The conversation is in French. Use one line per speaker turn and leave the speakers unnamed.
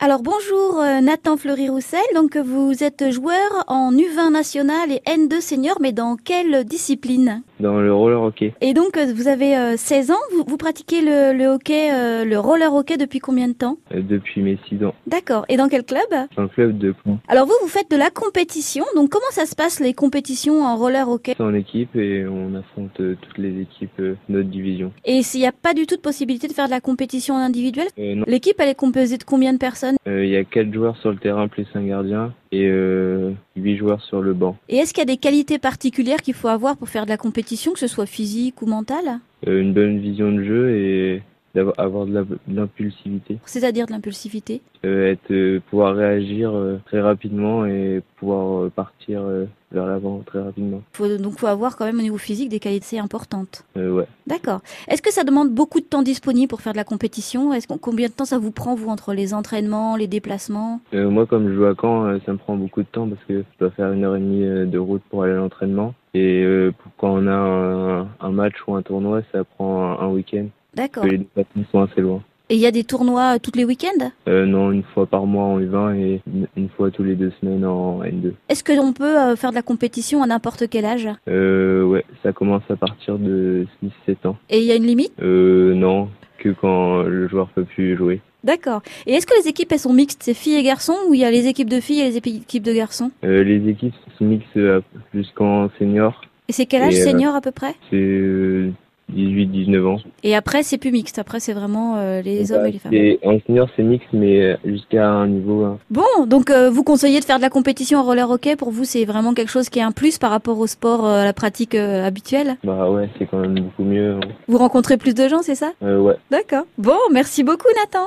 Alors bonjour euh, Nathan Fleury-Roussel, donc vous êtes joueur en U20 national et N2 senior, mais dans quelle discipline
dans le roller hockey
Et donc euh, vous avez euh, 16 ans, vous, vous pratiquez le, le hockey, euh, le roller hockey depuis combien de temps
euh, depuis mes 6 ans.
D'accord, et dans quel club
C'est un club de points.
Alors vous, vous faites de la compétition, donc comment ça se passe les compétitions en roller hockey
C'est en équipe et on affronte euh, toutes les équipes euh, de notre division.
Et s'il n'y a pas du tout de possibilité de faire de la compétition en individuel,
Euh, non,
l'équipe elle est composée de combien de personnes
Euh, il y a 4 joueurs sur le terrain plus un gardien et 8 joueurs sur le banc.
Et est-ce qu'il y a des qualités particulières qu'il faut avoir pour faire de la compétition, que ce soit physique ou mentale
Euh, une bonne vision de jeu et d'avoir avoir de la- de l'impulsivité.
C'est-à-dire de l'impulsivité
Euh, être, euh, pouvoir réagir euh, très rapidement et pouvoir euh, partir euh, vers l'avant très rapidement.
faut, Donc faut avoir quand même au niveau physique des qualités importantes.
Euh, ouais.
D'accord. Est-ce que ça demande beaucoup de temps disponible pour faire de la compétition Est-ce qu'on- combien de temps ça vous prend vous entre les entraînements, les déplacements
Euh, moi, comme je joue à Caen, euh, ça me prend beaucoup de temps parce que je dois faire une heure et demie euh, de route pour aller à l'entraînement. Et euh, pour quand on a un, un match ou un tournoi, ça prend un, un week-end.
D'accord.
Parce que les déplacements sont assez loin.
Et il y a des tournois euh, tous les week-ends
Euh, non, une fois par mois en U20 et une, une fois tous les deux semaines en N2.
Est-ce que l'on peut euh, faire de la compétition à n'importe quel âge
Euh, ouais, ça commence à partir de 6-7 ans.
Et il y a une limite
Euh, non, que quand le joueur peut plus jouer.
D'accord. Et est-ce que les équipes elles sont mixtes, c'est filles et garçons ou il y a les équipes de filles et les épi- équipes de garçons
Euh, les équipes se mixent à- jusqu'en senior.
Et c'est quel âge
Et, euh,
senior à peu près
C'est euh, 18-19 ans.
Et après c'est plus mixte, après c'est vraiment euh, les hommes et les femmes.
Et en senior, Bah, c'est mix, mais euh, jusqu'à un niveau. hein.
Bon, donc euh, vous conseillez de faire de la compétition en roller hockey pour vous c'est vraiment quelque chose qui est un plus par rapport au sport euh, à la pratique euh, habituelle
Bah ouais, c'est quand même beaucoup mieux. hein.
Vous rencontrez plus de gens, c'est ça
Euh, ouais.
D'accord. Bon, merci beaucoup Nathan.